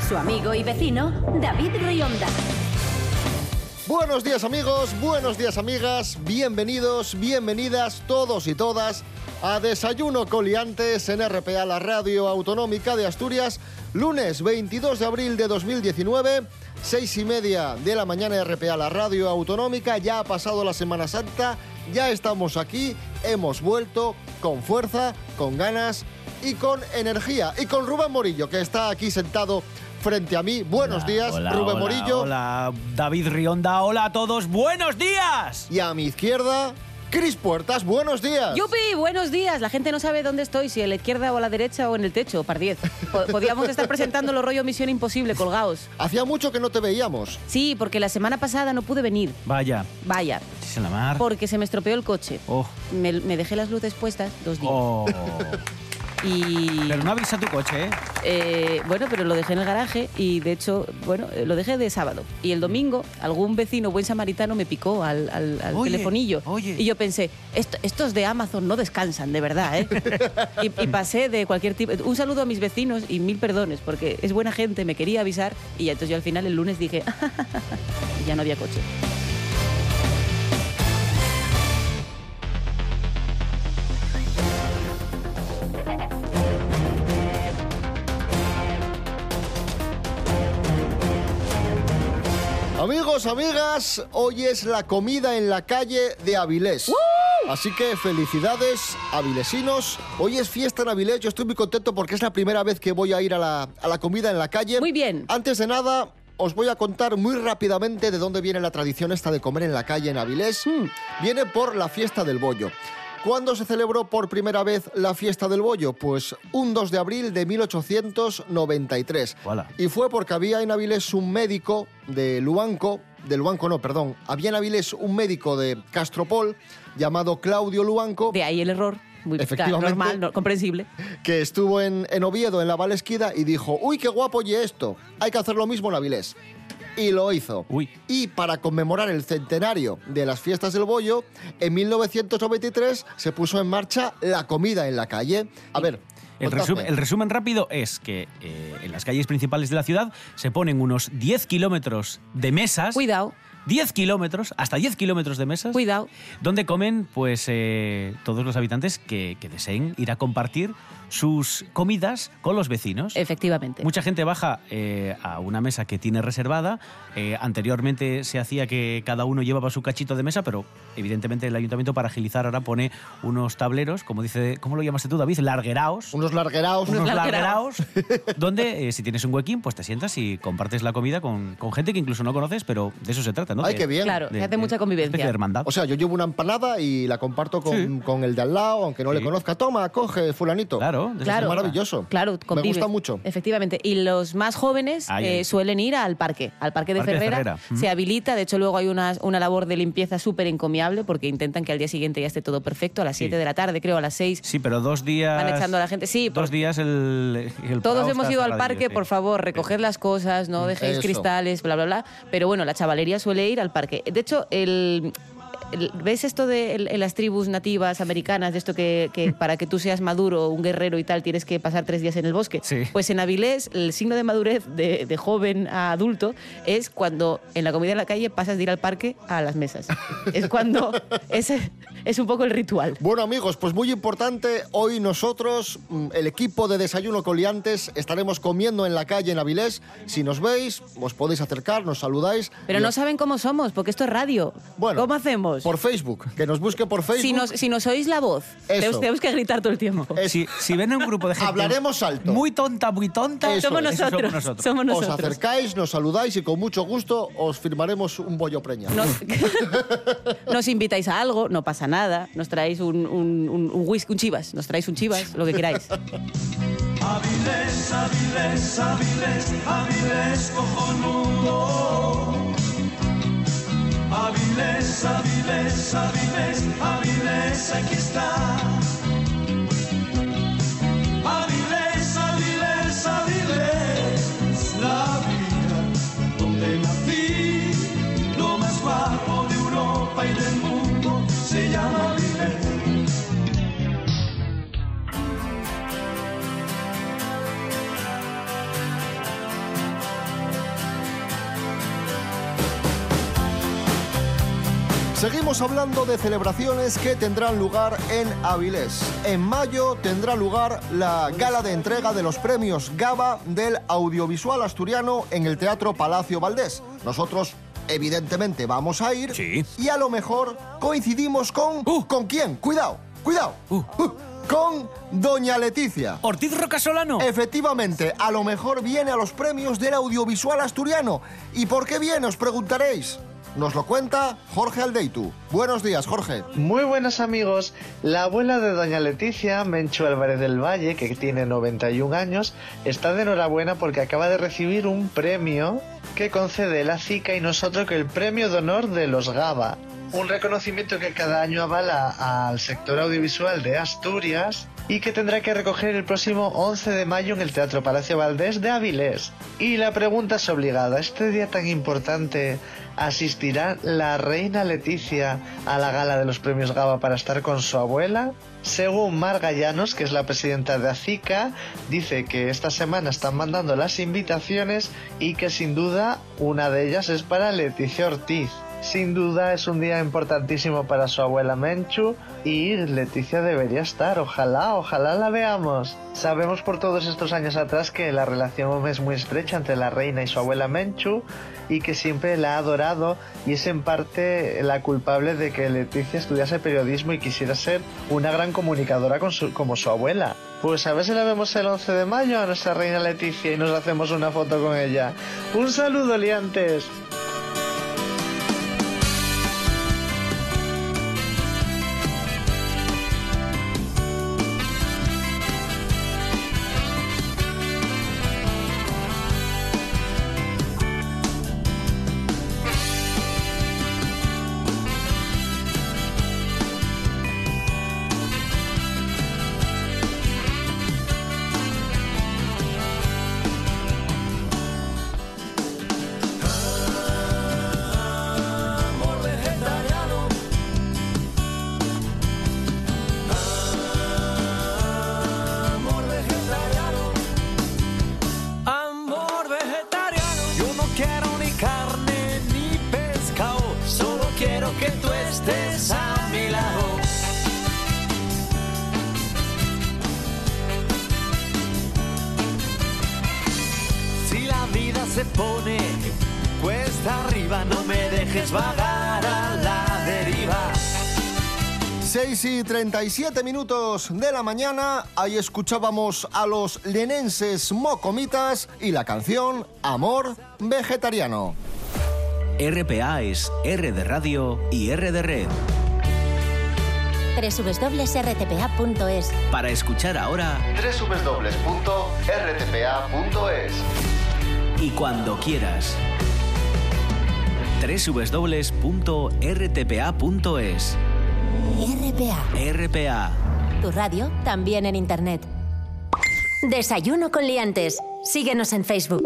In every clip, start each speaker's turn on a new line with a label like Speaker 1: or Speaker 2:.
Speaker 1: Con
Speaker 2: Su amigo y vecino, David Rionda.
Speaker 3: Buenos días amigos, buenos días amigas, bienvenidos, bienvenidas todos y todas a Desayuno Coliantes en RPA, la radio autonómica de Asturias, lunes 22 de abril de 2019, seis y media de la mañana RPA, la radio autonómica, ya ha pasado la Semana Santa, ya estamos aquí, hemos vuelto con fuerza, con ganas y con energía. Y con Rubén Morillo, que está aquí sentado frente a mí. Buenos días,
Speaker 4: Hola,
Speaker 3: Rubén
Speaker 4: hola,
Speaker 3: Morillo.
Speaker 4: Hola, David Rionda. Hola a todos. ¡Buenos días!
Speaker 3: Y a mi izquierda, Cris Puertas, buenos días.
Speaker 5: ¡Yupi! Buenos días. La gente no sabe dónde estoy, si en la izquierda o a la derecha o en el techo, par 10. Podríamos estar presentando los rollo Misión Imposible, colgaos.
Speaker 3: Hacía mucho que no te veíamos.
Speaker 5: Sí, porque la semana pasada no pude venir.
Speaker 4: Vaya,
Speaker 5: Vaya,
Speaker 4: es en la mar.
Speaker 5: porque se me estropeó el coche.
Speaker 4: Oh,
Speaker 5: Me, me dejé las luces puestas dos días.
Speaker 4: oh.
Speaker 5: Y.
Speaker 4: Pero no avisa tu coche, ¿eh?
Speaker 5: eh, bueno, pero lo dejé en el garaje y de hecho, bueno, eh, lo dejé de sábado. Y el domingo, algún vecino buen samaritano me picó al, al- al
Speaker 4: Oye,
Speaker 5: telefonillo.
Speaker 4: oye.
Speaker 5: Y yo pensé, "Esto- estos de Amazon no descansan, de verdad, ¿eh? y, y pasé de cualquier tipo. Un saludo a mis vecinos y mil perdones, porque es buena gente, me quería avisar. Y ya, entonces yo al final el lunes dije, y ya no había coche.
Speaker 3: Amigos, amigas, hoy es la comida en la calle de Avilés. Así que felicidades, avilesinos. Hoy es fiesta en Avilés. Yo estoy muy contento porque es la primera vez que voy a ir a la, a la comida en la calle.
Speaker 5: Muy bien.
Speaker 3: Antes de nada, os voy a contar muy rápidamente de dónde viene la tradición esta de comer en la calle en Avilés.
Speaker 5: Hmm.
Speaker 3: Viene por la fiesta del bollo. ¿Cuándo se celebró por primera vez la fiesta del bollo? Pues un 2 de abril de 1893.
Speaker 4: Hola.
Speaker 3: Y fue porque había en Avilés un médico de Luanco, de Luanco no, perdón, había en Avilés un médico de Castropol llamado Claudio Luanco
Speaker 5: De ahí el error. Muy claro,
Speaker 3: Efectivamente.
Speaker 5: normal, no- comprensible.
Speaker 3: que estuvo en, en Oviedo, en la Valesquida, y dijo, uy, qué guapo oye esto, hay que hacer lo mismo en Avilés. Y lo hizo.
Speaker 4: Uy.
Speaker 3: Y para conmemorar el centenario de las fiestas del bollo, en 1993 se puso en marcha la comida en la calle. A ver,
Speaker 4: El,
Speaker 3: contadme.
Speaker 4: resumen- el resumen rápido es que eh, en las calles principales de la ciudad se ponen unos 10 kilómetros de mesas.
Speaker 5: Cuidado.
Speaker 4: 10 kilómetros, hasta 10 kilómetros de mesas.
Speaker 5: Cuidado.
Speaker 4: Donde comen, pues, eh, todos los habitantes que, que deseen ir a compartir sus comidas con los vecinos.
Speaker 5: Efectivamente.
Speaker 4: Mucha gente baja eh, a una mesa que tiene reservada. Eh, anteriormente se hacía que cada uno llevaba su cachito de mesa, pero evidentemente el ayuntamiento para agilizar ahora pone unos tableros, como dice, ¿cómo lo llamaste tú, David? Largueraos.
Speaker 3: unos largueraos,
Speaker 4: Unos
Speaker 5: largueraos.
Speaker 4: largueraos, donde eh, si tienes un huequín, pues te sientas y compartes la comida con, con gente que incluso no conoces, pero de eso se trata, ¿no?
Speaker 3: Ay,
Speaker 4: De-
Speaker 3: qué bien.
Speaker 5: Claro, se hace mucha
Speaker 4: especie
Speaker 5: convivencia.
Speaker 4: de hermandad.
Speaker 3: O sea, yo llevo una empanada y la comparto con,
Speaker 4: Sí.
Speaker 3: con el de al lado, aunque no le
Speaker 4: Sí.
Speaker 3: conozca. Toma, coge, fulanito.
Speaker 4: claro, de eso se
Speaker 5: Claro.
Speaker 4: trata.
Speaker 3: maravilloso.
Speaker 5: Claro,
Speaker 3: Me
Speaker 5: convives.
Speaker 3: gusta mucho.
Speaker 5: Efectivamente. Y los más jóvenes
Speaker 4: Ahí,
Speaker 5: eh,
Speaker 4: ahí.
Speaker 5: suelen ir al parque, al parque de
Speaker 4: Parque de
Speaker 5: Ferrera.
Speaker 4: Ferrera. Ujú.
Speaker 5: Se habilita, de hecho luego hay una, una labor de limpieza súper encomiable porque intentan que al día siguiente ya esté todo perfecto, a las
Speaker 4: Sí.
Speaker 5: 7 de la tarde creo, a las 6.
Speaker 4: Sí, pero dos días.
Speaker 5: Van echando a la gente. Sí,
Speaker 4: dos
Speaker 5: por-
Speaker 4: días el. el
Speaker 5: Todos
Speaker 4: parado
Speaker 5: hemos
Speaker 4: está
Speaker 5: ido al
Speaker 4: cerradillo,
Speaker 5: parque,
Speaker 4: sí. Mm,
Speaker 5: por favor, recoged las cosas, no dejéis
Speaker 3: Eso.
Speaker 5: cristales, bla, bla, bla. Pero bueno, la chavalería suele ir al parque. De hecho, el... el- ¿Ves esto de el- en las tribus nativas americanas, de esto que, que para que tú seas maduro, un guerrero y tal, tienes que pasar tres días en el bosque?
Speaker 4: Sí.
Speaker 5: Pues en Avilés, el signo de madurez de, de joven a adulto es cuando en la comida en la calle pasas de ir al parque a las mesas. Es cuando. Ese es un poco el ritual.
Speaker 3: Bueno amigos, pues muy importante, hoy nosotros, mm, el equipo de Desayuno Coliantes, estaremos comiendo en la calle en Avilés. Si nos veis, os podéis acercar, nos saludáis.
Speaker 5: Pero
Speaker 3: Y-
Speaker 5: no saben cómo somos, porque esto es radio.
Speaker 3: Bueno,
Speaker 5: ¿Cómo hacemos?
Speaker 3: Por Facebook, que nos busque por Facebook.
Speaker 5: Si nos, si nos oís la voz,
Speaker 3: Eso.
Speaker 5: tenemos- tenemos que gritar todo el tiempo.
Speaker 3: Eh,
Speaker 4: Si, si ven a un grupo de gente.
Speaker 3: Hablaremos alto.
Speaker 4: Muy tonta, muy tonta.
Speaker 3: Eso
Speaker 5: somos,
Speaker 3: es,
Speaker 4: esos
Speaker 5: nosotros,
Speaker 4: somos nosotros.
Speaker 5: somos
Speaker 3: Os
Speaker 5: nosotros.
Speaker 3: acercáis, nos saludáis y con mucho gusto os firmaremos un bollo preña.
Speaker 5: Nos, nos invitáis a algo, no pasa nada. Nos traéis un, un, un, un whisky, un chivas, nos traéis un chivas, lo que queráis.
Speaker 6: Avilés, Avilés, Avilés, Avilés, Avilés, cojonudo. Avilés, Avilés, Avilés, Avilés, aquí está. Avilés, Avilés, Avilés, la vida donde nací, lo más bajo de Europa y del mundo, se llama Avilés.
Speaker 3: Seguimos hablando de celebraciones que tendrán lugar en Avilés. En mayo tendrá lugar la gala de entrega de los premios GABA del audiovisual asturiano en el Teatro Palacio Valdés. Nosotros, evidentemente, vamos a ir
Speaker 4: Sí.
Speaker 3: y a lo mejor coincidimos con...
Speaker 4: Uh.
Speaker 3: ¿Con quién? Cuidado, cuidado.
Speaker 4: Uh.
Speaker 3: Uh, Con Doña Leticia.
Speaker 4: Ortiz Rocasolano.
Speaker 3: Efectivamente, a lo mejor viene a los premios del audiovisual asturiano. ¿Y por qué viene? Os preguntaréis. Nos lo cuenta Jorge Aldeitu. Buenos días, Jorge.
Speaker 7: Muy buenos amigos, la abuela de doña Leticia, Mencho Álvarez del Valle, que tiene 91 años, está de enhorabuena porque acaba de recibir un premio que concede la CICA y nosotros que el premio de honor de los GABA. Un reconocimiento que cada año avala al sector audiovisual de Asturias y que tendrá que recoger el próximo 11 de mayo en el Teatro Palacio Valdés de Avilés. Y la pregunta es obligada, este día tan importante, ¿Asistirá la reina Leticia a la gala de los premios GABA para estar con su abuela? Según Marga Llanos, que es la presidenta de ACICA, dice que esta semana están mandando las invitaciones y que sin duda una de ellas es para Leticia Ortiz. Sin duda es un día importantísimo para su abuela Menchu y Leticia debería estar, ojalá, ojalá la veamos. Sabemos por todos estos años atrás que la relación es muy estrecha entre la reina y su abuela Menchu y que siempre la ha adorado y es en parte la culpable de que Leticia estudiase periodismo y quisiera ser una gran comunicadora con su- como su abuela. Pues a ver si la vemos el 11 de mayo a nuestra reina Leticia y nos hacemos una foto con ella. Un saludo, liantes.
Speaker 6: Amor vegetariano, yo no quiero ni carne ni pescado, solo quiero que tú estés a mi lado. Si la vida se pone cuesta arriba, no me dejes vagar a la deriva.
Speaker 3: 6 y 37 minutos de la mañana, ahí escuchábamos a los lenenses mocomitas y la canción Amor Vegetariano.
Speaker 4: RPA es R de radio y R de red.
Speaker 8: www.rtpa.es
Speaker 4: Para escuchar ahora
Speaker 7: www.rtpa.es
Speaker 4: y cuando quieras. www.rtpa.es
Speaker 8: RPA,
Speaker 4: RPA.
Speaker 2: Tu radio también en internet. Desayuno con liantes. Síguenos en Facebook.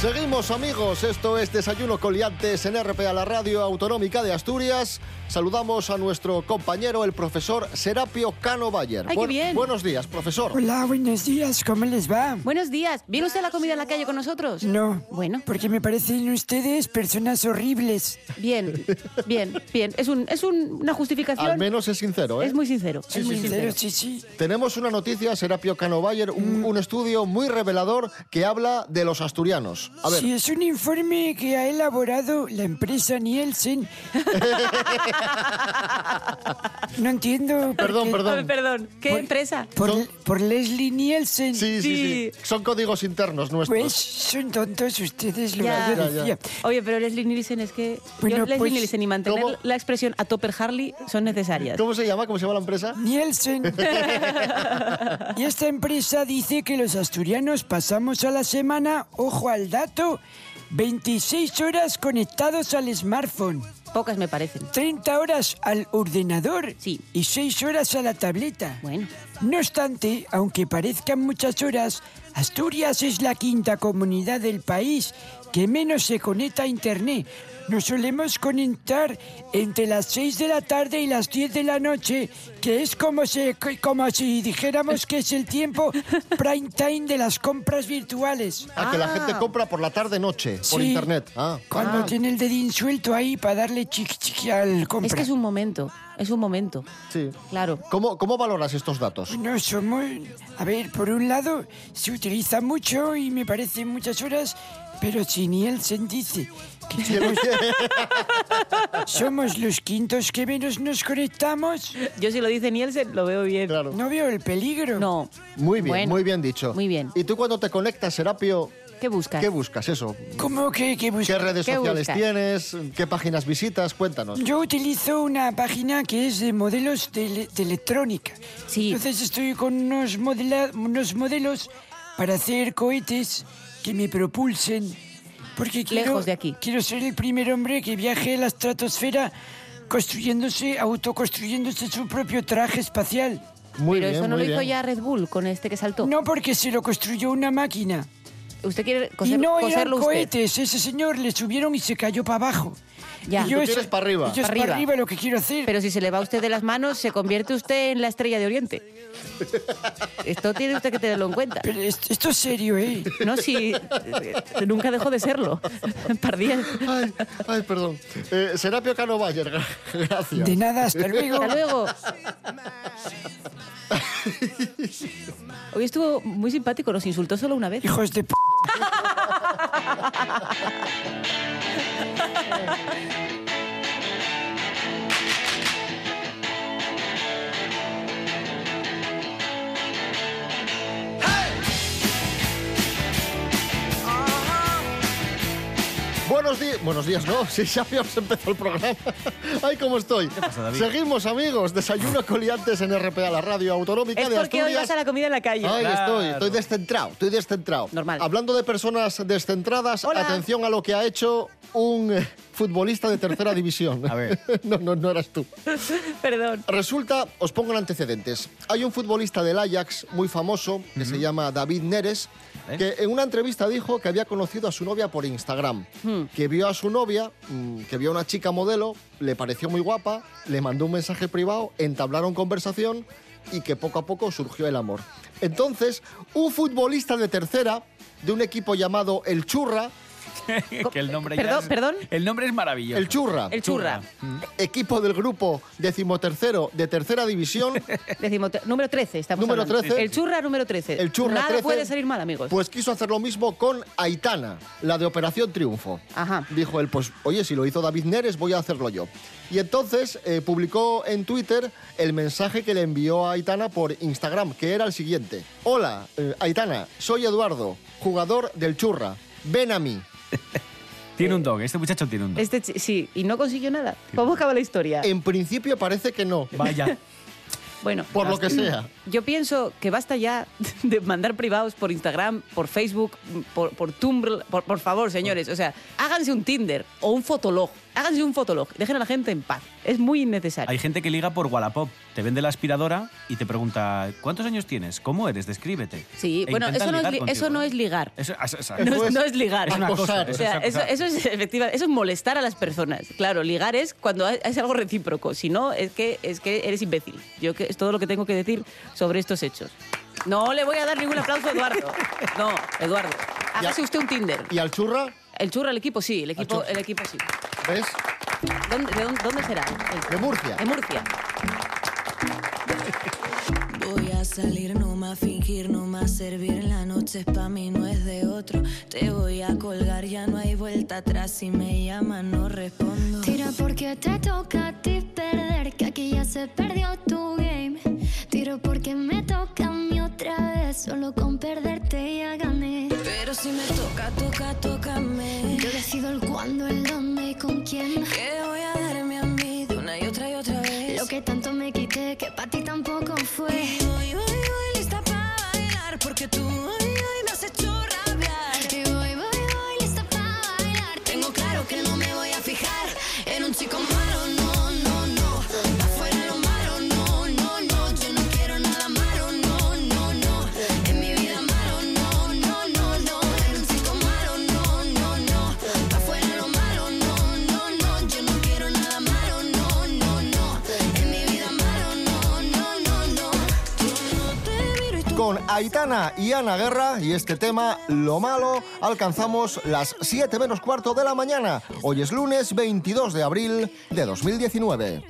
Speaker 3: Seguimos amigos, esto es Desayuno Coliantes en RPA, la radio autonómica de Asturias. Saludamos a nuestro compañero, el profesor Serapio Cano Bayer.
Speaker 5: ¡Ay, qué bien!
Speaker 3: Buenos días, profesor.
Speaker 9: Hola, buenos días, ¿cómo les va?
Speaker 5: Buenos días. ¿Viene usted a la comida en la calle con nosotros?
Speaker 9: No.
Speaker 5: Bueno,
Speaker 9: Porque me parecen ustedes personas horribles.
Speaker 5: bien, bien, bien. Es, un, es un- una justificación.
Speaker 3: Al menos es sincero, ¿eh?
Speaker 5: Es muy sincero. es muy
Speaker 9: Sincero,
Speaker 5: sincero.
Speaker 9: sí, sí. Mm.
Speaker 3: Tenemos una noticia, Serapio Cano Bayer, un, un estudio muy revelador que habla de los asturianos. Cuéntanos. A ver.
Speaker 9: Si es un informe que ha elaborado la empresa Nielsen. no entiendo. por
Speaker 3: Perdón,
Speaker 9: qué-
Speaker 3: perdón.
Speaker 5: Perdón, ¿qué
Speaker 9: Por-
Speaker 5: empresa?
Speaker 9: Por, por Leslie Nielsen.
Speaker 3: Sí, sí, sí, Son códigos internos nuestros.
Speaker 9: Pues son tontos ustedes, lo
Speaker 5: Ya.
Speaker 9: que yo
Speaker 3: Ya, ya.
Speaker 9: decía.
Speaker 5: Oye, pero Leslie Nielsen es que...
Speaker 9: Bueno,
Speaker 5: yo, Leslie
Speaker 9: pues,
Speaker 5: Nielsen y mantener
Speaker 3: ¿cómo?
Speaker 5: la expresión a Topper Harley son necesarias.
Speaker 3: ¿Cómo se llama? ¿Cómo se llama la empresa?
Speaker 9: Nielsen. y esta empresa dice que los asturianos pasamos a la semana, ojo al dato, 26 horas conectados al smartphone,
Speaker 5: Pocas me parecen.
Speaker 9: 30 horas al ordenador
Speaker 5: Sí.
Speaker 9: y 6 horas a la tableta.
Speaker 5: Bueno.
Speaker 9: No obstante, aunque parezcan muchas horas, Asturias es la quinta comunidad del país que menos se conecta a Internet. Nos solemos conectar entre las 6 de la tarde y las 10 de la noche, que es como, se, como si dijéramos que es el tiempo prime time de las compras virtuales.
Speaker 3: Ah, que la
Speaker 5: Ah.
Speaker 3: gente compra por la tarde-noche, por
Speaker 9: Sí,
Speaker 3: internet. Ah.
Speaker 9: Cuando tiene el dedín suelto ahí para darle chiqui chiqui al compra.
Speaker 5: Es que es un momento, es un momento.
Speaker 3: Sí.
Speaker 5: Claro.
Speaker 3: ¿Cómo, ¿Cómo valoras estos datos?
Speaker 9: No somos. A ver, por un lado, se utiliza mucho y me parecen muchas horas, pero si Nielsen dice que somos, somos los quintos que menos nos conectamos,
Speaker 5: Yo si lo dice Nielsen, lo veo bien.
Speaker 3: Claro.
Speaker 9: no veo el peligro.
Speaker 5: No.
Speaker 3: Muy bien,
Speaker 5: Bueno,
Speaker 3: muy bien dicho.
Speaker 5: muy bien.
Speaker 3: ¿Y tú cuando te conectas, Serapio,
Speaker 5: ¿Qué buscas?
Speaker 3: qué buscas eso?
Speaker 9: ¿Cómo que, que
Speaker 3: ¿Qué
Speaker 9: busca-
Speaker 3: redes
Speaker 5: ¿Qué
Speaker 3: sociales
Speaker 5: buscas?
Speaker 3: tienes? ¿Qué páginas visitas? Cuéntanos.
Speaker 9: Yo utilizo una página que es de modelos de, ele- de electrónica.
Speaker 5: Sí.
Speaker 9: Entonces estoy con unos, modela- unos modelos para hacer cohetes que me propulsen. Porque quiero,
Speaker 5: Lejos de aquí.
Speaker 9: quiero ser el primer hombre que viaje a la estratosfera construyéndose, autoconstruyéndose su propio traje espacial.
Speaker 3: Muy
Speaker 5: pero
Speaker 3: bien,
Speaker 5: eso no lo
Speaker 3: muy
Speaker 5: hizo
Speaker 3: bien.
Speaker 5: ya Red Bull con este que saltó.
Speaker 9: No porque se lo construyó una máquina.
Speaker 5: Usted quiere coser,
Speaker 9: y no eran
Speaker 5: coserlo usted.
Speaker 9: cohetes. Ese señor le subieron y se cayó para abajo.
Speaker 5: Ya.
Speaker 9: Y
Speaker 5: Tú
Speaker 3: quieres
Speaker 9: eso-
Speaker 3: pa' arriba.
Speaker 9: y yo es
Speaker 5: Pa'
Speaker 9: pa'
Speaker 5: arriba.
Speaker 9: arriba lo que quiero hacer.
Speaker 5: Pero si se le va a usted de las manos, se convierte usted en la estrella de Oriente. Esto tiene usted que tenerlo en cuenta.
Speaker 9: Pero esto, esto es serio, ¿eh?
Speaker 5: No, si eh, nunca dejó de serlo. Pardía.
Speaker 3: Ay, ay, perdón. Eh, Serapio Cano Bayer, gracias.
Speaker 9: De nada, hasta luego.
Speaker 5: Hasta luego. Hoy estuvo muy simpático, nos insultó solo una vez.
Speaker 9: Hijos de p...
Speaker 3: Buenos días. Buenos días, ¿no? Sí, ya habíamos empezado el programa. Ay, ¿cómo estoy?
Speaker 4: David?
Speaker 3: Seguimos, amigos. Desayuno coliantes en RPA, la radio autonómica
Speaker 5: Es
Speaker 3: de
Speaker 5: porque hoy
Speaker 3: Asturias.
Speaker 5: vas a la comida en la calle.
Speaker 3: Ahí
Speaker 4: Claro.
Speaker 3: estoy, estoy descentrado, estoy descentrado.
Speaker 5: Normal.
Speaker 3: Hablando de personas descentradas,
Speaker 5: Hola.
Speaker 3: atención a lo que ha hecho un eh, futbolista de tercera división.
Speaker 4: A ver.
Speaker 3: No, no, no eras tú.
Speaker 5: Perdón.
Speaker 3: Resulta, os pongo en antecedentes. Hay un futbolista del Ajax muy famoso que se llama David Neres,
Speaker 4: ¿Eh?
Speaker 3: que en una entrevista dijo que había conocido a su novia por Instagram,
Speaker 5: Hmm.
Speaker 3: que vio a su novia, mm, que vio a una chica modelo, le pareció muy guapa, le mandó un mensaje privado, entablaron conversación y que poco a poco surgió el amor. Entonces, un futbolista de tercera, de un equipo llamado El Churra,
Speaker 4: que el nombre ya
Speaker 5: Perdón,
Speaker 4: es-
Speaker 5: perdón.
Speaker 4: El nombre es maravilloso.
Speaker 3: El Churra,
Speaker 5: El churra.
Speaker 3: equipo del grupo decimotercero de tercera división,
Speaker 5: Decimo- te- número 13, estamos
Speaker 3: Número
Speaker 5: hablando.
Speaker 3: 13.
Speaker 5: El churra número 13.
Speaker 3: El churra
Speaker 5: Nada
Speaker 3: 13,
Speaker 5: puede salir mal, amigos.
Speaker 3: Pues quiso hacer lo mismo con Aitana, la de Operación Triunfo.
Speaker 5: Ajá.
Speaker 3: Dijo él, pues oye, si lo hizo David Neres, voy a hacerlo yo. Y entonces eh, publicó en Twitter el mensaje que le envió a Aitana por Instagram, que era el siguiente. Hola, eh, Aitana, soy Eduardo, jugador del Churra. Ven a mí.
Speaker 4: Tiene un don, este muchacho tiene un don.
Speaker 5: Este ch- sí, y no consiguió nada. ¿Cómo acaba la historia?
Speaker 3: En principio parece que no,
Speaker 4: Vaya.
Speaker 5: Bueno,
Speaker 3: por lo que sea.
Speaker 5: yo pienso que basta ya de mandar privados por Instagram, por Facebook, por, por Tumblr. Por, por favor, señores, o sea, háganse un Tinder o un fotolog. Háganse un fotolog. Dejen a la gente en paz. Es muy innecesario.
Speaker 4: Hay gente que liga por Wallapop, te vende la aspiradora y te pregunta ¿cuántos años tienes? ¿Cómo eres? Descríbete.
Speaker 5: Sí,
Speaker 4: E
Speaker 5: bueno,
Speaker 4: intentan
Speaker 5: eso no, es,
Speaker 4: ligar
Speaker 5: li-
Speaker 4: contigo,
Speaker 5: eso no es ligar.
Speaker 4: Eso, eso- eso-
Speaker 5: No,
Speaker 4: eso
Speaker 5: es, no es ligar.
Speaker 4: es una cosa.
Speaker 3: acosar.
Speaker 4: eso
Speaker 5: O
Speaker 4: es
Speaker 5: sea, eso,
Speaker 4: acosar.
Speaker 5: eso es efectiva, eso es molestar a las personas. Claro, ligar es cuando es algo recíproco. Si no, es que es que eres imbécil. Yo que, es todo lo que tengo que decir sobre estos hechos. No le voy a dar ningún aplauso a Eduardo. No, Eduardo. Hágase usted un Tinder.
Speaker 3: ¿Y al Churra?
Speaker 5: El churro, el equipo sí, el equipo,
Speaker 3: churra.
Speaker 5: el equipo sí.
Speaker 3: ¿Ves?
Speaker 5: ¿Dónde, de dónde, dónde será? El-
Speaker 3: De Murcia.
Speaker 5: De Murcia.
Speaker 10: Voy a salir, no más fingir, no más servir. La noche es pa' mí, no es de otro. Te voy a colgar, ya no hay vuelta atrás. Si me llaman, no respondo.
Speaker 11: Tira porque te toca a ti perder, que aquí ya se perdió tu game. Tiro porque me toca a mí otra vez, solo con perderte ya gané.
Speaker 10: Pero si me toca, toca, tócame.
Speaker 11: Yo decido el cuándo, el dónde y con quién.
Speaker 10: Que voy a darme a mí de una y otra y otra vez.
Speaker 11: Lo que tanto me quité, que para ti tampoco fue.
Speaker 10: Y voy, voy, voy lista para bailar porque tú hoy, hoy me has hecho rabiar.
Speaker 11: Y voy, voy, voy, lista para bailar.
Speaker 10: Tengo claro que no me voy a fijar en un chico malo, no, no, no. Afuera lo malo, no, no, no. Yo no quiero nada malo, no, no, no. En mi vida malo, no, no, no, no. En un chico malo, no, no, no. Afuera lo malo, no, no, no. Yo no quiero nada malo, no, no, no. En mi vida malo, no, no, no, no. Yo no te miro y tú
Speaker 3: Con Aitana y Ana Guerra y este tema, Lo Malo, alcanzamos las 7 menos cuarto de la mañana. Hoy es lunes 22 de abril de 2019.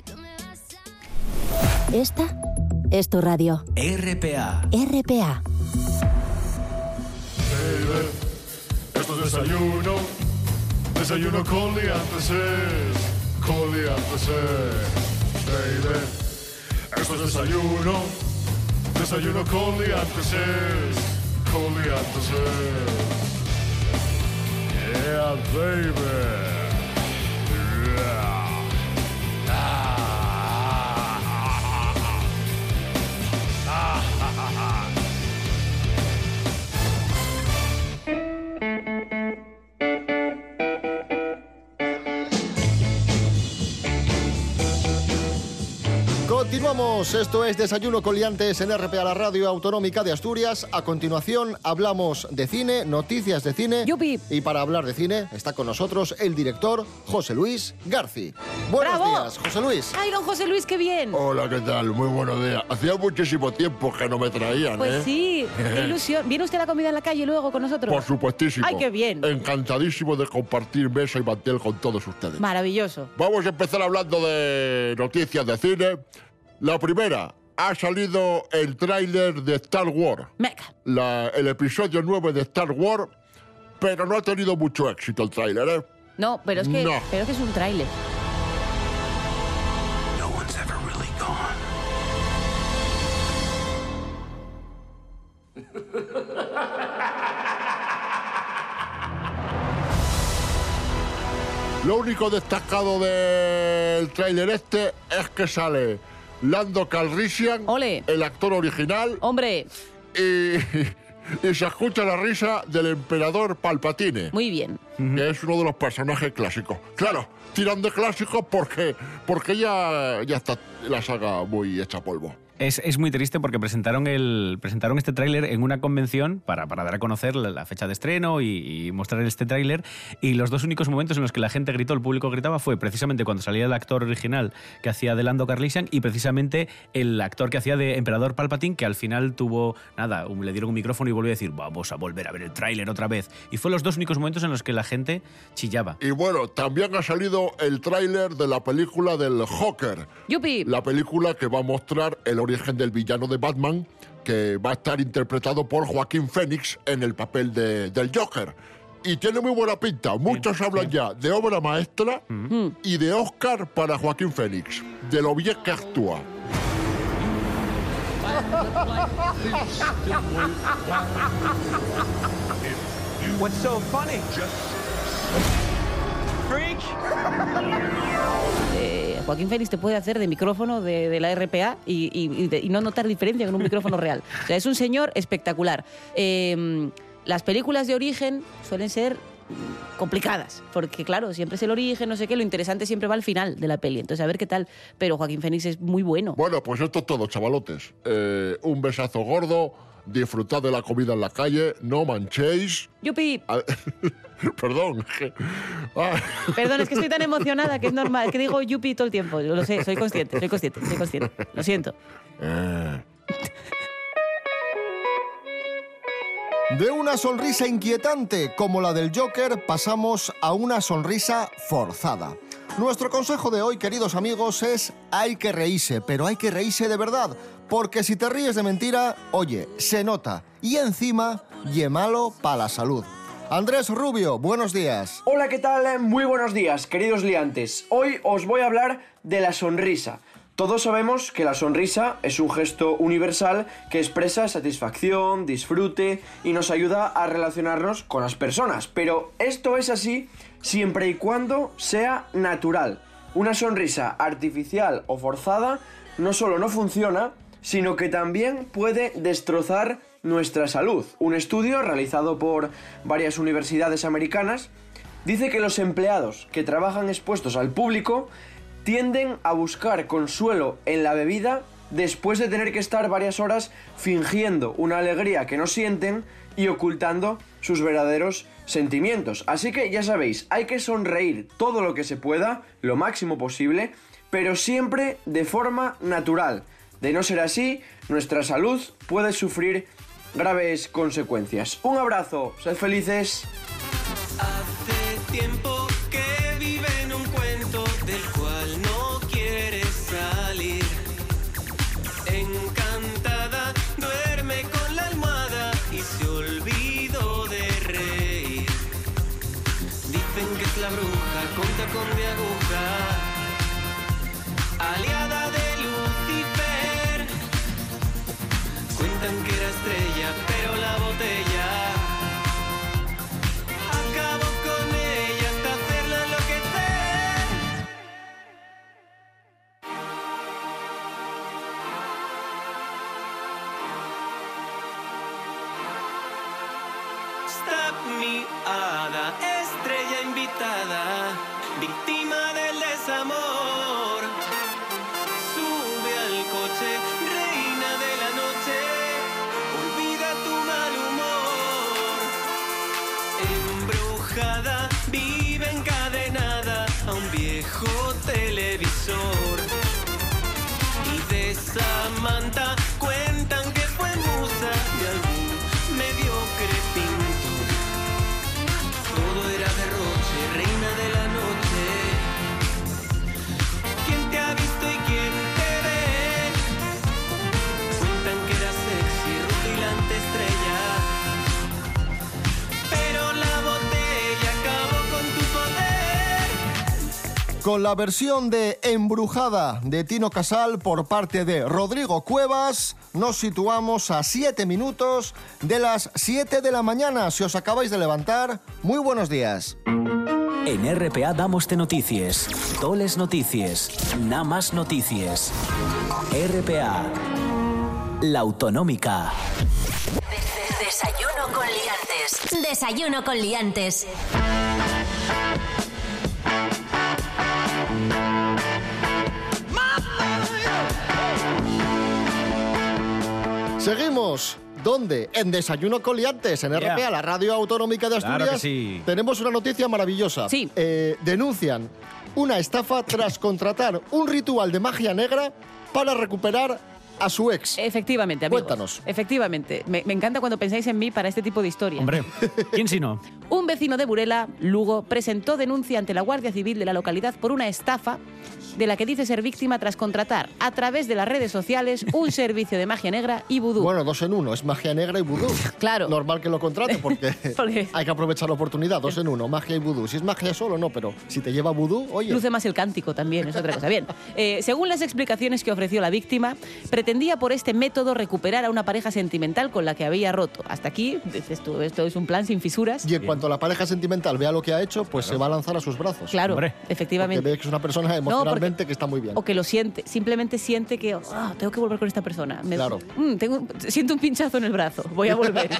Speaker 8: Esta es tu radio.
Speaker 6: RPA.
Speaker 8: RPA.
Speaker 1: Baby, esto es desayuno. Desayuno con liantes. Con liantes. Baby, esto es desayuno. Desayuno con liantes. Con liantes. Yeah, baby. Yeah. Ah.
Speaker 3: Continuamos, esto es Desayuno Coliantes en RPA, la radio autonómica de Asturias. A continuación hablamos de cine, noticias de cine.
Speaker 5: Yupi.
Speaker 3: Y para hablar de cine está con nosotros el director José Luis Garci. Buenos
Speaker 5: ¡Bravo!
Speaker 3: días, José Luis.
Speaker 5: ¡Ay, don José Luis, qué bien!
Speaker 12: Hola, ¿qué tal? Muy buenos días. Hacía muchísimo tiempo que no me traían, ¿eh?
Speaker 5: Pues sí, qué ilusión. ¿Viene usted a la comida en la calle luego con nosotros?
Speaker 12: Por supuestísimo.
Speaker 5: Ay, qué bien.
Speaker 12: Encantadísimo de compartir mesa y mantel con todos ustedes.
Speaker 5: Maravilloso.
Speaker 12: Vamos a empezar hablando de noticias de cine. La primera, ha salido el tráiler de Star Wars,
Speaker 5: Meca.
Speaker 12: la- el episodio 9 de Star Wars, pero no ha tenido mucho éxito el tráiler, ¿eh?
Speaker 5: No, pero es que,
Speaker 12: No.
Speaker 5: pero es, que es un tráiler.
Speaker 6: No one's ever really gone.
Speaker 12: Lo único destacado del tráiler este es que sale Lando Calrissian,
Speaker 5: Ole.
Speaker 12: el actor original,
Speaker 5: Hombre,
Speaker 12: y, y se escucha la risa del emperador Palpatine,
Speaker 5: muy bien.
Speaker 12: que es uno de los personajes clásicos. Claro, tiran de clásicos porque, porque ya, ya está la saga muy hecha polvo.
Speaker 4: Es, es muy triste porque presentaron, el, presentaron este tráiler en una convención para, para dar a conocer la, la fecha de estreno y, y mostrar este tráiler. Y los dos únicos momentos en los que la gente gritó, el público gritaba, fue precisamente cuando salía el actor original que hacía de Lando Carlisian y precisamente el actor que hacía de Emperador Palpatine, que al final tuvo, nada, un- le dieron un micrófono y volvió a decir, vamos a volver a ver el tráiler otra vez. Y fue los dos únicos momentos en los que la gente chillaba.
Speaker 12: Y bueno, también ha salido el tráiler de la película del Joker,
Speaker 5: Yupi.
Speaker 12: la película que va a mostrar el origen del villano de Batman, que va a estar interpretado por Joaquín Phoenix en el papel de- del Joker. Y tiene muy buena pinta. Muchos hablan ya de obra maestra y de Oscar para Joaquín Phoenix, de lo bien que actúa.
Speaker 6: What's so funny? Freak.
Speaker 5: Eh, Joaquín Félix te puede hacer de micrófono de, de la RPA y, y- y de- y no notar diferencia con un micrófono real. O sea, es un señor espectacular. Eh, las películas de origen suelen ser mm, complicadas, porque claro, siempre es el origen, no sé qué, lo interesante siempre va al final de la peli, entonces a ver qué tal, pero Joaquín Fénix es muy bueno.
Speaker 12: Bueno, pues esto es todo, chavalotes. Eh, un besazo gordo, disfrutad de la comida en la calle, no manchéis.
Speaker 5: Yupi,
Speaker 12: A- Perdón. je. Ah,
Speaker 5: perdón, es que estoy tan emocionada que es normal, que digo Yupi todo el tiempo, yo lo sé, soy consciente, soy consciente, soy consciente, lo siento.
Speaker 3: Ah.
Speaker 12: eh.
Speaker 3: De una sonrisa inquietante como la del Joker pasamos a una sonrisa forzada. Nuestro consejo de hoy, queridos amigos, es hay que reírse, pero hay que reírse de verdad, Porque si te ríes de mentira, oye, se nota. Y encima, ye malo para la salud. Andrés Rubio, buenos días.
Speaker 13: Hola, ¿qué tal? Muy buenos días, queridos liantes. Hoy os voy a hablar de la sonrisa. Todos sabemos que la sonrisa es un gesto universal que expresa satisfacción, disfrute y nos ayuda a relacionarnos con las personas, pero esto es así siempre y cuando sea natural. Una sonrisa artificial o forzada no solo no funciona, sino que también puede destrozar nuestra salud. Un estudio realizado por varias universidades americanas dice que los empleados que trabajan expuestos al público tienden a buscar consuelo en la bebida después de tener que estar varias horas fingiendo una alegría que no sienten y ocultando sus verdaderos sentimientos. Así que ya sabéis, hay que sonreír todo lo que se pueda, lo máximo posible, pero siempre de forma natural. De no ser así, nuestra salud puede sufrir graves consecuencias. Un abrazo, sed felices.
Speaker 14: Hace tiempo que vive en un cuento del cual no quiere salir. Encantada, duerme con la almohada y se olvidó de reír. Dicen que es la bruja, conta con mi aguja. Aliada de Lucifer. Cuentan que era estrella, pero la botella. Acabo con ella hasta hacerla enloquecer. Stop mi hada, estrella invitada, víctima del desamor. Sube al coche, reina de la noche, olvida tu mal humor. Embrujada, vive encadenada a un viejo televisor. Y de Samantha cuentan que fue musa de algún mediocre pintor. Todo era derroche, reina de la noche. ¿Quién te ha visto y quién te ve? Cuentan que era sexy, rutilante estrella. Pero la botella acabó con tu poder.
Speaker 3: Con la versión de Embrujada de Tino Casal por parte de Rodrigo Cuevas, nos situamos a 7 minutos de las 7 de la mañana. Si os acabáis de levantar, muy buenos días.
Speaker 4: En RPA damos de noticias, toles noticias, nada más noticias. RPA, la autonómica.
Speaker 2: Desayuno con liantes. Desayuno con liantes.
Speaker 3: Seguimos. ¿Dónde? En Desayuno Coliantes, en
Speaker 15: Yeah.
Speaker 3: RPA, la radio autonómica de Asturias.
Speaker 15: Claro que sí.
Speaker 3: Tenemos una noticia maravillosa. Sí. denuncian una estafa tras contratar un ritual de magia negra para recuperar a su ex.
Speaker 5: Efectivamente, amigos.
Speaker 3: Cuéntanos.
Speaker 5: Efectivamente. Me, me encanta cuando pensáis en mí para este tipo de historias.
Speaker 15: Hombre, ¿quién si no?
Speaker 5: Un vecino de Burela, Lugo, presentó denuncia ante la Guardia Civil de la localidad por una estafa de la que dice ser víctima tras contratar a través de las redes sociales un servicio de magia negra y vudú.
Speaker 3: Bueno, dos en uno, es magia negra y vudú.
Speaker 5: Claro.
Speaker 3: Normal que lo contrate porque hay que aprovechar la oportunidad, dos en uno, magia y vudú. Si es magia solo, no, pero si te lleva vudú, oye.
Speaker 5: Luce más el cántico también, es otra cosa. Bien, eh, según las explicaciones que ofreció la víctima, pretendía por este método recuperar a una pareja sentimental con la que había roto. Hasta aquí, dices tú, esto es un plan sin fisuras.
Speaker 3: Y en cuanto la pareja sentimental vea lo que ha hecho, pues se va a lanzar a sus brazos.
Speaker 5: Claro, efectivamente.
Speaker 3: Porque ve que es una persona emocionalmente que está muy bien.
Speaker 5: O que lo siente, simplemente siente que "Ah, tengo que volver con esta persona. Me-
Speaker 3: Claro.
Speaker 5: Mm, tengo- siento un pinchazo en el brazo, voy a volver.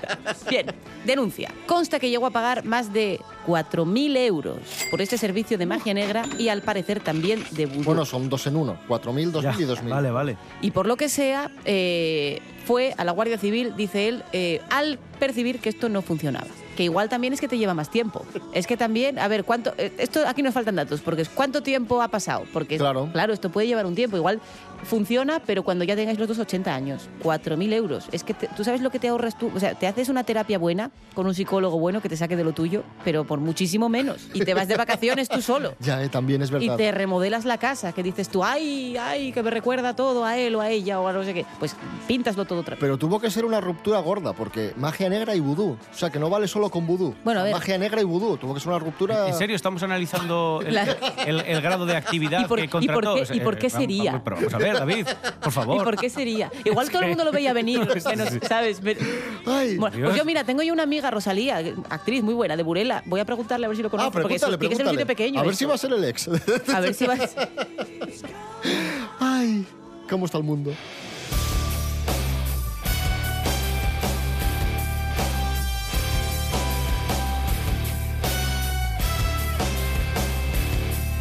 Speaker 5: Bien, denuncia. Consta que llegó a pagar más de 4.000 euros por este servicio de magia negra y al parecer también de vudú.
Speaker 3: Bueno, son dos en uno, 4.000, 2.000 y 2.000. Vale,
Speaker 15: vale.
Speaker 5: Y por lo que sea, eh, fue a la Guardia Civil, dice él, eh, al percibir que esto no funcionaba. que igual también es que te lleva más tiempo. Es que también, a ver, cuánto eh, esto aquí nos faltan datos, porque es cuánto tiempo ha pasado, porque
Speaker 3: Claro.
Speaker 5: esto puede llevar un tiempo, igual funciona, pero cuando ya tengáis los dos 80 años, 4.000 euros, es que te- tú sabes lo que te ahorras tú, o sea, te haces una terapia buena con un psicólogo bueno que te saque de lo tuyo, pero por muchísimo menos, y te vas de vacaciones tú solo.
Speaker 3: Ya, eh, también es
Speaker 5: Y
Speaker 3: verdad.
Speaker 5: te remodelas la casa, que dices tú, ay, ay, que me recuerda todo a él o a ella o a no sé qué. Pues pintaslo todo otra vez.
Speaker 3: Pero tuvo que ser una ruptura gorda, porque magia negra y vudú. O sea, que no vale solo con vudú.
Speaker 5: Bueno, a ver.
Speaker 3: Magia negra y vudú. Tuvo que ser una ruptura...
Speaker 4: En serio, estamos analizando el,
Speaker 5: La-
Speaker 4: el- el grado de actividad
Speaker 5: ¿Y por-
Speaker 4: que
Speaker 5: y por qué-
Speaker 4: contrató.
Speaker 5: y por qué
Speaker 4: Eh, vamos-
Speaker 5: sería?
Speaker 4: vamos- Pero vamos a ver, David, por favor.
Speaker 5: ¿Y por qué sería? Igual todo el mundo lo veía venir, se nos-
Speaker 4: Sí.
Speaker 5: ¿sabes? Me- Bueno, pues
Speaker 4: Dios.
Speaker 5: yo, mira, tengo yo una amiga, Rosalía, actriz muy buena, de Burela. Voy a preguntarle a ver si lo conoce,
Speaker 3: Ah,
Speaker 5: porque eso
Speaker 3: pregúntale,
Speaker 5: tiene que ser un sitio
Speaker 3: pregúntale.
Speaker 5: pequeño.
Speaker 3: A ver
Speaker 5: eso.
Speaker 3: si va a ser el ex.
Speaker 5: A ver si va a ser-
Speaker 3: Ay, cómo está el mundo.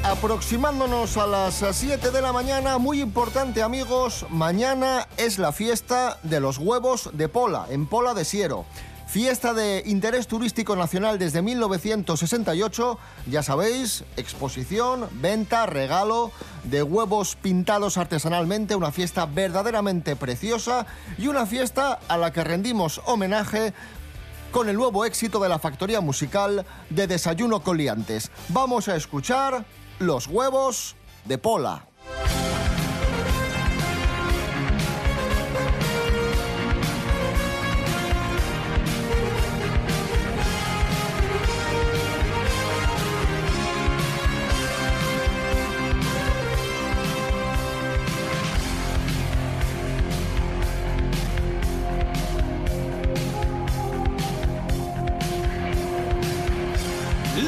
Speaker 3: Aproximándonos a las 7 de la mañana, muy importante amigos, mañana es la fiesta de los huevos de Pola, en Pola de Siero. Fiesta de interés turístico nacional desde 1968, ya sabéis, exposición, venta, regalo de huevos pintados artesanalmente, una fiesta verdaderamente preciosa y una fiesta a la que rendimos homenaje con el nuevo éxito de la factoría musical de Desayuno Coliantes. Vamos a escuchar Los huevos de Pola.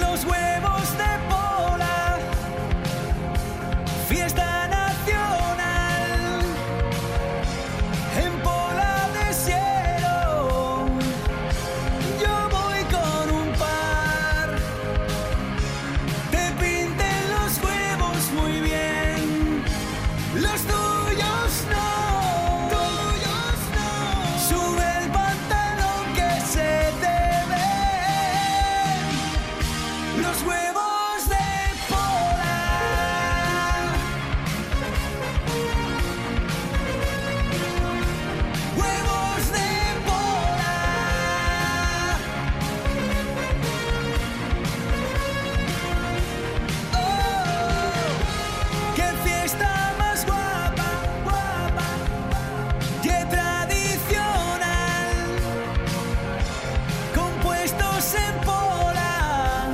Speaker 6: Los huevos de pola, fiesta nacional, en pola de cielo, yo voy con un par, te pinten los huevos muy bien, los tuyos no, tuyos no, sube el pantalón que se te ve. Los huevos de pola. Huevos de pola. Oh, qué fiesta más guapa, guapa y tradicional. Compuestos en pola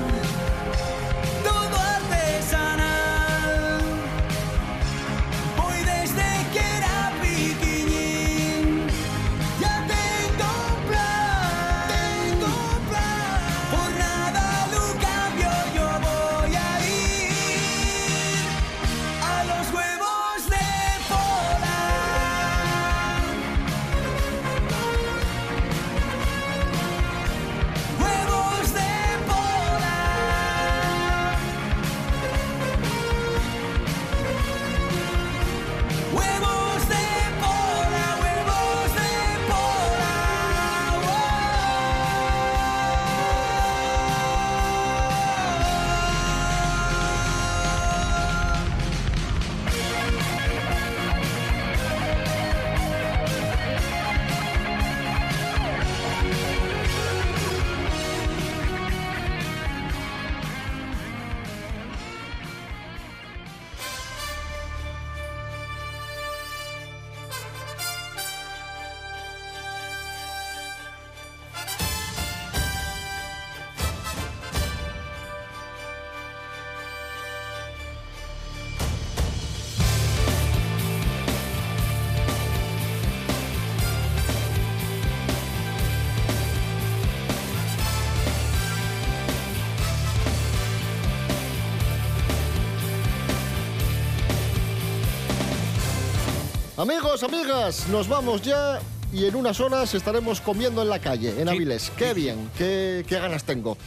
Speaker 6: todo artesanal. Voy desde que era piquiñín, ya tengo un plan, tengo un plan. Por nada lo cambio, yo voy a ir a los huevos de pola. Huevos de pola. Huevos de pola, huevos de pola.
Speaker 3: Amigos, amigas, nos vamos ya y en unas horas estaremos comiendo en la calle, en Avilés. Qué bien, qué, qué ganas tengo.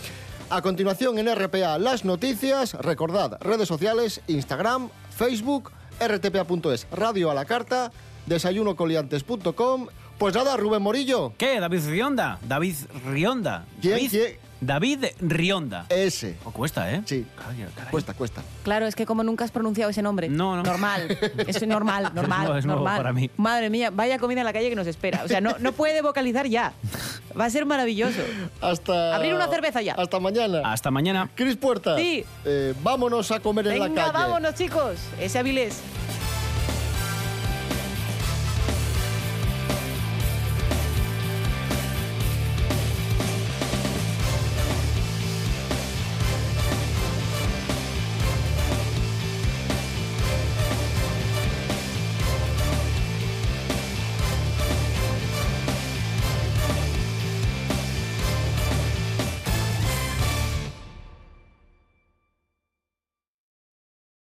Speaker 3: A continuación en RPA las noticias, recordad, redes sociales, Instagram, Facebook, rtpa.es, radio a la carta, desayunocoliantes.com Pues nada, Rubén Morillo.
Speaker 4: ¿Qué? David Rionda. David Rionda.
Speaker 3: ¿Quién?
Speaker 4: David,
Speaker 3: ¿Quién?
Speaker 4: David Rionda.
Speaker 3: Ese.
Speaker 4: O cuesta, ¿eh?
Speaker 3: Sí. Cuesta, cuesta.
Speaker 5: Claro, es que como nunca has pronunciado ese nombre.
Speaker 4: No, no.
Speaker 5: Normal. Es normal, normal.
Speaker 4: nuevo, es nuevo
Speaker 5: normal.
Speaker 4: para mí.
Speaker 5: Madre mía, vaya comida en la calle que nos espera. O sea, no, no puede vocalizar ya. Va a ser maravilloso.
Speaker 3: Hasta.
Speaker 5: Abrir una cerveza ya.
Speaker 3: Ah, Hasta mañana.
Speaker 4: Hasta mañana.
Speaker 3: Cris Puerta.
Speaker 5: Sí.
Speaker 3: eh, vámonos a comer en la
Speaker 5: Venga,
Speaker 3: calle.
Speaker 5: vámonos, chicos. Ese Avilés.